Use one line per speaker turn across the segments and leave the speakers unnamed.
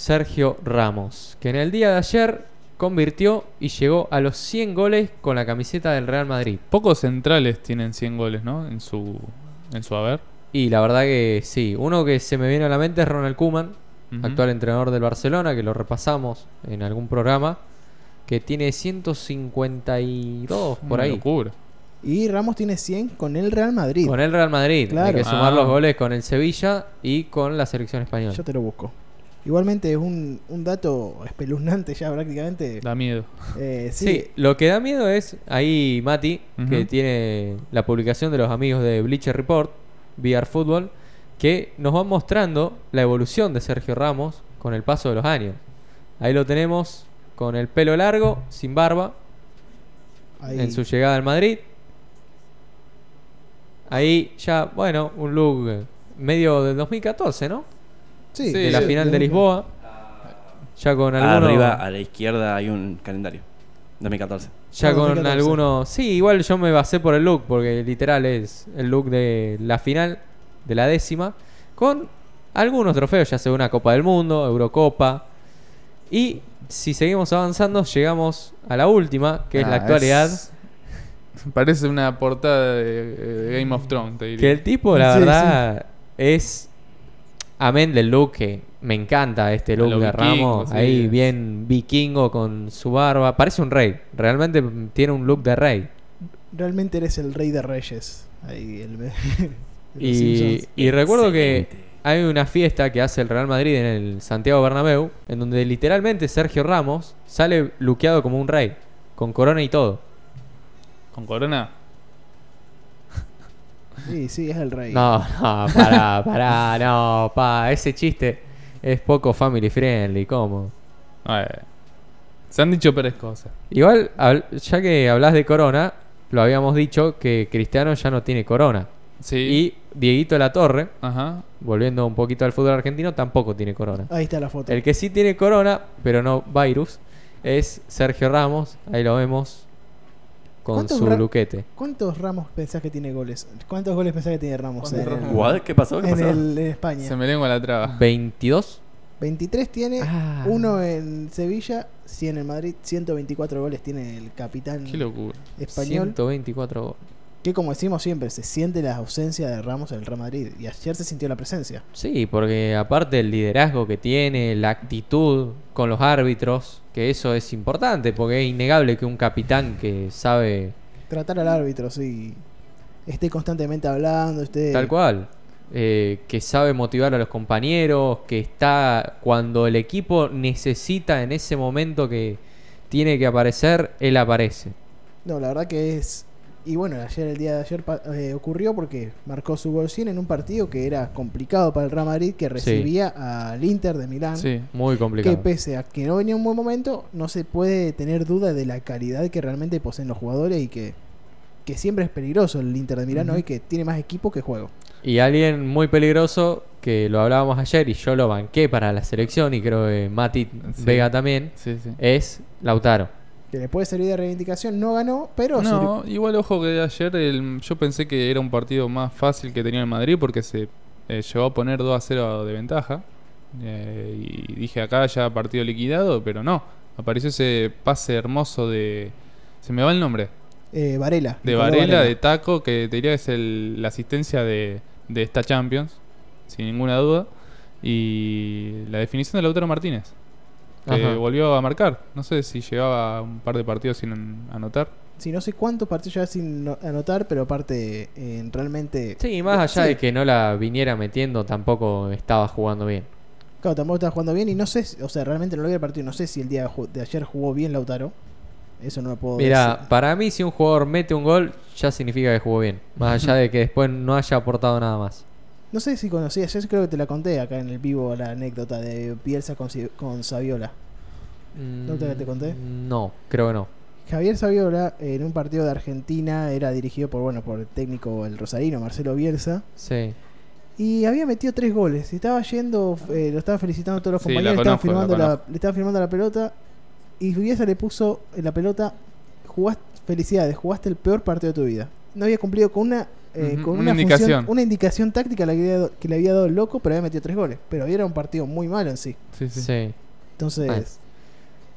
Sergio Ramos, que en el día de ayer convirtió y llegó a los 100 goles con la camiseta del Real Madrid.
Pocos centrales tienen 100 goles, ¿no? En su, en su haber.
Y la verdad que sí, uno que se me viene a la mente es Ronald Koeman,
Ujú.
actual entrenador del Barcelona, que lo repasamos en algún programa, que tiene 152 por
Una
ahí.
locura.
Y Ramos tiene 100 con el Real Madrid.
Con el Real Madrid, hay
Claro.
que sumar
Ah.
los goles con el Sevilla y con la selección española.
Yo te lo busco. Igualmente es un, un dato espeluznante ya prácticamente.
Da miedo.
Eh, sí,
Sí. lo que da miedo es ahí Mati, que
Ujú.
tiene la publicación de los amigos de Bleacher Report, VR Football, que nos van mostrando la evolución de Sergio Ramos con el paso de los años. Ahí lo tenemos con el pelo largo, sin barba,
ahí.
en su llegada al Madrid. Ahí ya, bueno, un look eh, medio del 2014, ¿no?
Sí,
Sí,
de la
sí, Ah.
final de
bien.
Lisboa. Ya con algunos...
Arriba a la izquierda hay un calendario. 2014.
Ya
Ah,
con
2014.
algunos. Sí, igual yo me basé por el look, porque literal es el look de la final, de la décima, con algunos trofeos, ya sea una Copa del Mundo, Eurocopa. Y si seguimos avanzando, llegamos a la última, que es la
Ah,
actualidad.
es- Parece una portada de, de Game of Thrones, te diría.
Que el tipo, la
Sí,
verdad, es. Amén del look, que me encanta este look
lo
de
vikingo,
Ramos.
sí,
ahí
es.
bien vikingo con su barba. Parece un rey. Realmente tiene un look de rey.
Realmente eres el rey de reyes. Ahí el... de los
Y,
Simpsons.
y recuerdo que
Excelente.
hay una fiesta que hace el Real Madrid en el Santiago Bernabéu, en donde literalmente Sergio Ramos sale luqueado como un rey, con corona y todo.
Con corona.
Sí, sí, es el rey.
No, no, pará, pará, no, pa, ese chiste es poco family friendly, ¿cómo?
Eh, Se han dicho peores cosas.
Igual, habl- ya que hablas de corona, lo habíamos dicho que Cristiano ya no tiene corona.
Sí.
Y Dieguito La Torre,
Ajá.
volviendo un poquito al fútbol argentino, tampoco tiene corona.
Ahí está la foto.
El que sí tiene corona, pero no virus, es Sergio Ramos. Ahí lo vemos con
¿Cuántos
su
ra-
luquete.
¿Cuántos Ramos pensás que tiene goles? ¿Cuántos goles pensás que tiene Ramos en,
¿Cuántos
el-
Ramos?
What? ¿Qué pasó? ¿Qué
Ah. en,
pasó?
el- en España?
Se me lengua la traba.
22.
23 tiene,
Ah.
uno en Sevilla, 100 en Madrid, 124 goles tiene el capitán
Qué locura.
español.
124 goles.
Que como decimos siempre, se siente la ausencia de Ramos en el Real Madrid. Y ayer se sintió la presencia.
Sí, porque aparte del liderazgo que tiene, la actitud con los árbitros, que eso es importante, porque es innegable que un capitán que sabe
Tratar al
Mm.
árbitro, sí. Esté constantemente hablando, esté.
Tal cual. Eh, que sabe motivar a los compañeros, que está cuando el equipo necesita en ese momento que tiene que aparecer, él aparece.
No, la verdad que es. Y bueno, ayer, el día de ayer pa- eh, ocurrió porque marcó su gol 100 en un partido que era complicado para el Real Madrid, que recibía al Inter de Milán.
Sí.
Muy
Que
complicado.
pese a que no venía un buen momento, no se puede tener duda de la calidad que realmente poseen los jugadores y que, que siempre es peligroso el Inter de Milán hoy, que tiene más equipo que juego.
Y alguien muy peligroso que lo hablábamos ayer y yo lo banqué para la selección y creo que Mati
Sí.
Vega también
Sí, sí.
es Lautaro.
Que le puede servir de reivindicación, no ganó, pero
No, igual ojo que ayer el- yo pensé que era un partido más fácil que tenía el Madrid porque se eh, llegó a poner 2 a 0 de ventaja. Eh, y dije acá ya partido liquidado, pero no. Apareció ese pase hermoso de... Se me va el nombre.
sirvió- eh, Varela.
De
Nicolás
Varela, de Taco, que te diría que es el- la asistencia de, de esta Champions, sin ninguna duda. Y la definición de Lautaro Martínez, que
Ajá.
volvió a marcar. No sé si llegaba un par de partidos sin anotar.
Sí, no sé cuántos partidos ya sin no- anotar, pero aparte, eh, realmente.
Sí, más allá
Sí.
de que no la viniera metiendo, tampoco estaba jugando bien.
Claro, tampoco está jugando bien y no sé, si- o sea, realmente no lo vi el partido. No sé si el día de ju- de ayer jugó bien Lautaro. Eso no lo puedo
Mira,
decir.
para mí si un jugador mete un gol, ya significa que jugó bien. Más allá de que después no haya aportado nada más.
No sé si conocías, yo creo que te la conté acá en el vivo la anécdota de Bielsa con, Si- con Saviola.
¿No
te- te conté?
Mm, No, creo que no.
Javier Saviola en un partido de Argentina era dirigido por bueno por el técnico el rosarino Marcelo Bielsa
Sí.
y había metido tres goles. Estaba yendo, eh, lo estaban felicitando a todos los
Sí,
compañeros,
la
estaban
conozco, la
firmando la-
conozco.
le estaban firmando la pelota y Bielsa le puso en la pelota, jugaste, felicidades, jugaste el peor partido de tu vida. no había cumplido con una, eh,
Ujú,
con
una
una, función-
indicación.
una indicación táctica la que, había dado- que le había dado el loco, pero había metido tres goles. Pero era un partido muy malo en sí.
Sí, sí.
Sí.
Entonces,
Bueno.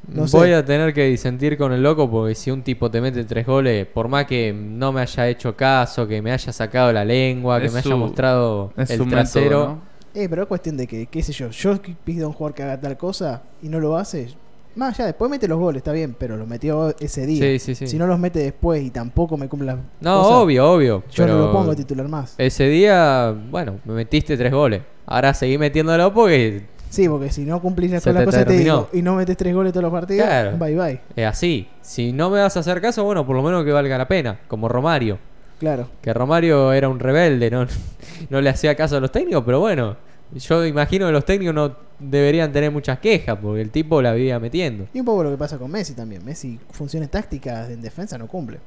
No
Voy
sé.
a tener que disentir con el loco porque si un tipo te mete tres goles, por más que no me haya hecho caso, que me haya sacado la lengua, que
Es
me haya
su-
mostrado
Es
el
un
trasero,
método, ¿no?
eh, pero es cuestión de que, qué sé yo, yo que pido a un jugador que haga tal cosa y no lo hace. Más ya después mete los goles, está bien, pero los metió ese día.
Sí, sí, sí.
Si no los mete después y tampoco me cumple las
No,
cosas,
obvio, obvio.
Yo no
pero eh,
lo pongo titular más.
Ese día, bueno, me metiste tres goles. Ahora seguí metiéndolo porque
Sí, porque si no cumplís las
Se
con las
te
cosas que te
terminó.
digo y no metes tres goles todos los partidos,
Claro.
bye bye.
es así. Si no me vas a hacer caso, bueno, por lo menos que valga la pena. Como Romario.
Claro.
Que Romario era un rebelde, no, no le hacía caso a los técnicos, pero bueno. Yo imagino que los técnicos no deberían tener muchas quejas porque el tipo la vivía metiendo.
Y un poco lo que pasa con Messi también. Messi funciones tácticas en defensa no cumple.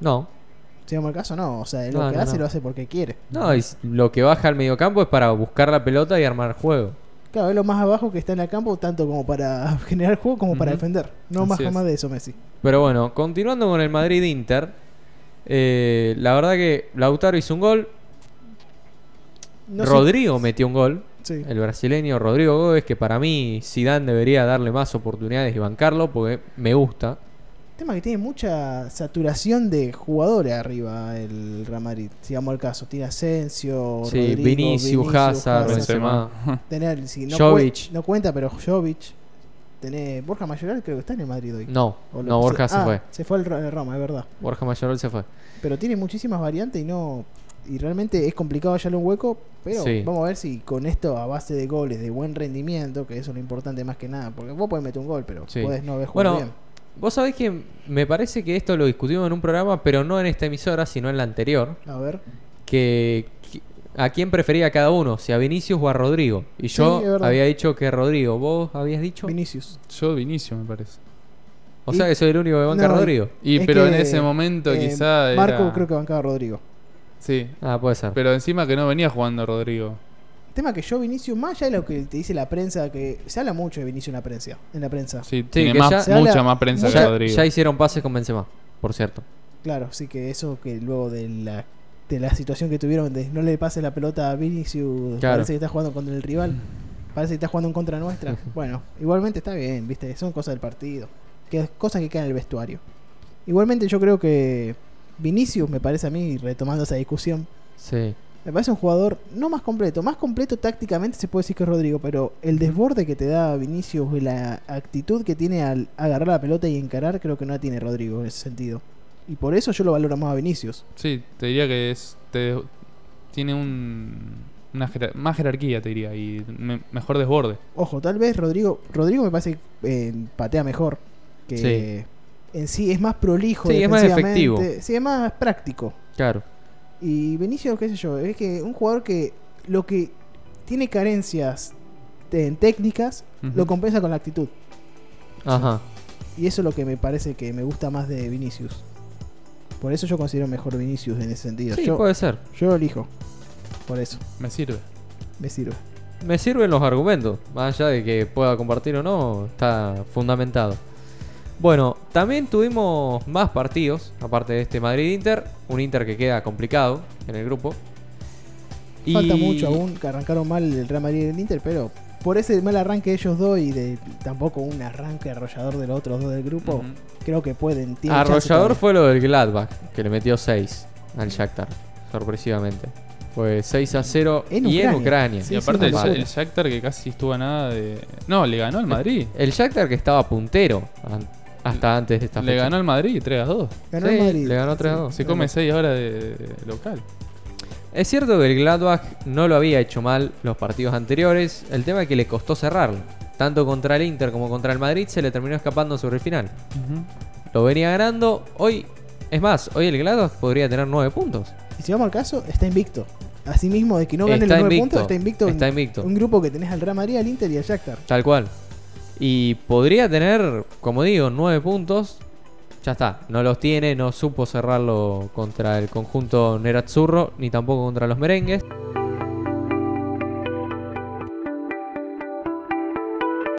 No.
Si vamos al caso, no. O sea, él
No,
lo que
no,
hace
no.
lo hace porque quiere.
No, y s- lo que baja al mediocampo es para buscar la pelota y armar juego.
Claro, es lo más abajo que está en el campo, tanto como para generar juego como para
Ujú.
defender. No
Así
más
es.
jamás de eso, Messi.
Pero bueno, continuando con el Madrid Inter, eh, la verdad que Lautaro hizo un gol,
No sé-
Rodrigo metió un gol,
Sí.
el brasileño Rodrigo Gómez, que para mí Zidane debería darle más oportunidades y bancarlo porque me gusta.
El tema es que tiene mucha saturación de jugadores arriba el Real Madrid. Si vamos al caso, tiene Asensio,
sí,
Rodrigo,
Vinicius, Hazard,
Hazard.
Benzema.
Tener, si no,
Jovic.
cuen- no cuenta, pero Jovic. Tenés Borja Mayoral, creo que está en el Madrid hoy.
No,
O lo-
no, Borja se
ah,
fue.
Se fue al Ro- al Roma, es verdad.
Borja Mayorol se fue.
Pero tiene muchísimas variantes y no. Y realmente es complicado hallarle un hueco. Pero
Sí.
vamos a ver si con esto, a base de goles, de buen rendimiento, que eso es lo importante más que nada. Porque vos podés meter un gol, pero
Sí.
podés no haber jugado
Bueno, vos sabés que me parece que esto lo discutimos en un programa, pero no en esta emisora, sino en la anterior.
bien. A ver.
que qui- a quién prefería cada uno, si a Vinicius o a Rodrigo. Y yo
es verdad.
había dicho que Rodrigo, vos habías dicho.
Vinicius.
Yo Vinicio, me parece.
o sea que soy el único que banca a
No,
Rodrigo.
Y
Es
pero
que,
en ese momento
Eh,
quizá
Marco
era-
creo que bancaba a Rodrigo.
Sí,
Ah, puede ser.
pero encima que no venía jugando Rodrigo.
El tema que yo, Vinicius, más allá de lo que te dice la prensa, que se habla mucho de Vinicius en la prensa. En la prensa.
Sí, tiene
que
más-
ya-
Se habla-
mucha más prensa que
ya,
Rodrigo.
ya hicieron pases con Benzema, por cierto.
Claro, sí que eso que luego de la, de la situación que tuvieron de no le pases la pelota a Vinicius,
Claro.
parece que está jugando contra el rival, parece que está jugando en contra nuestra. bueno, igualmente está bien, viste, son cosas del partido, que cosas que quedan en el vestuario. Igualmente yo creo que Vinicius, me parece a mí, retomando esa discusión,
Sí.
me parece un jugador no más completo, más completo tácticamente se puede decir que es Rodrigo, pero el desborde que te da Vinicius y la actitud que tiene al agarrar la pelota y encarar, creo que no la tiene Rodrigo en ese sentido. Y por eso yo lo valoro más a Vinicius.
Sí, te diría que es te- tiene un una jerar- más jerarquía, te diría, y me- mejor desborde.
Ojo, tal vez Rodrigo, Rodrigo me parece que eh, patea mejor que en sí es más prolijo.
Sí, es más
defensivamente.
efectivo.
Sí, es más práctico.
Claro.
Y Vinicius, qué sé yo, es que un jugador que lo que tiene carencias en técnicas
Ujú.
lo compensa con la actitud.
Ajá.
Y eso es lo que me parece que me gusta más de Vinicius. Por eso yo considero mejor Vinicius en ese sentido.
Sí, pues.
yo,
puede ser.
yo lo elijo. Por eso.
Me sirve.
Me sirve.
Me sirven los argumentos, más allá de que pueda compartir o no, está fundamentado. Bueno, también tuvimos más partidos, aparte de este Madrid-Inter, un Inter que queda complicado en el grupo.
Falta
Y-
mucho aún, que arrancaron mal el Real Madrid y el Inter, pero por ese mal arranque de ellos dos y de tampoco un arranque arrollador de los otros dos del grupo,
Ujú.
creo que pueden. tienen chance
Arrollador
todavía.
fue lo del Gladbach, que le metió 6 al Shakhtar, sorpresivamente. Fue 6 a 0
En
y en
Ucrania.
Ucrania.
Sí,
y aparte
sí,
el,
seguro.
el Shakhtar que casi estuvo a nada de No, le ganó al Madrid.
El Shakhtar que estaba puntero an- hasta antes de esta
Le
fecha.
ganó al Madrid 3 a 2.
Ganó
Sí,
el Madrid.
le ganó 3 a 2.
Se come 6 horas de de local.
Es cierto que el Gladbach no lo había hecho mal los partidos anteriores, el tema es que le costó cerrarlo. Tanto contra el Inter como contra el Madrid se le terminó escapando sobre el final. Lo venía ganando, hoy... Es más, hoy el Gladbach podría tener 9 puntos.
Y si vamos al caso, está invicto. Asimismo, de que no gane
Está
los nueve
invicto,
puntos, está invicto. en
está invicto.
Un grupo que tenés al Real Madrid, al Inter y al Shakhtar.
Tal cual. Y podría tener, como digo, nueve puntos. Ya está, no los tiene, no supo cerrarlo contra el conjunto Nerazzurro, ni tampoco contra los merengues.